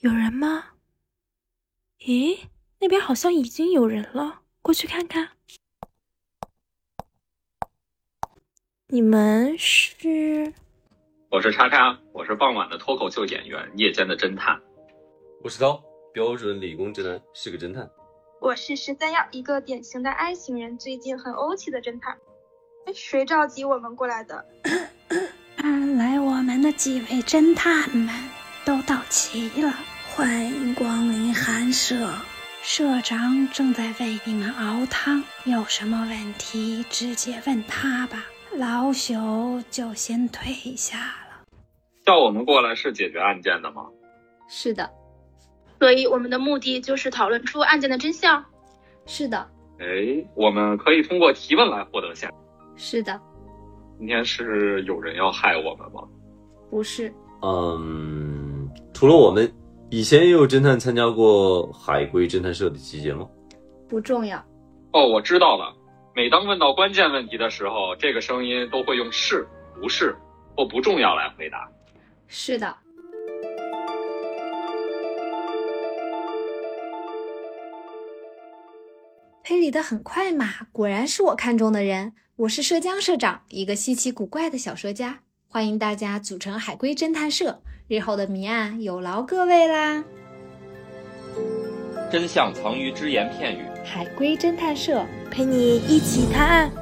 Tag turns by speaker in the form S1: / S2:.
S1: 有人吗？咦，那边好像已经有人了，过去看看。你们是？
S2: 我是叉叉，我是傍晚的脱口秀演员，夜间的侦探。
S3: 我是刀，标准理工直男，是个侦探。
S4: 我是十三幺，一个典型的 I 型人，最近很欧气的侦探。哎，谁召集我们过来的？
S5: 看来我们的几位侦探们都到齐了，欢迎光临寒舍。社长正在为你们熬汤，有什么问题直接问他吧。老朽就先退下了。
S2: 叫我们过来是解决案件的吗？
S6: 是的，
S4: 所以我们的目的就是讨论出案件的真相。
S6: 是的，
S2: 哎，我们可以通过提问来获得线索。
S6: 是的，
S2: 今天是有人要害我们吗？
S6: 不是，
S3: 嗯，除了我们，以前也有侦探参加过海龟侦探社的集结吗？
S6: 不重要。
S2: 哦，我知道了。每当问到关键问题的时候，这个声音都会用是、不是或不重要来回答。
S6: 是的，
S7: 推理的很快嘛，果然是我看中的人。我是社江社长，一个稀奇古怪的小说家。欢迎大家组成海龟侦探社，日后的谜案有劳各位啦！
S8: 真相藏于只言片语。
S9: 海龟侦探社
S1: 陪你一起探案。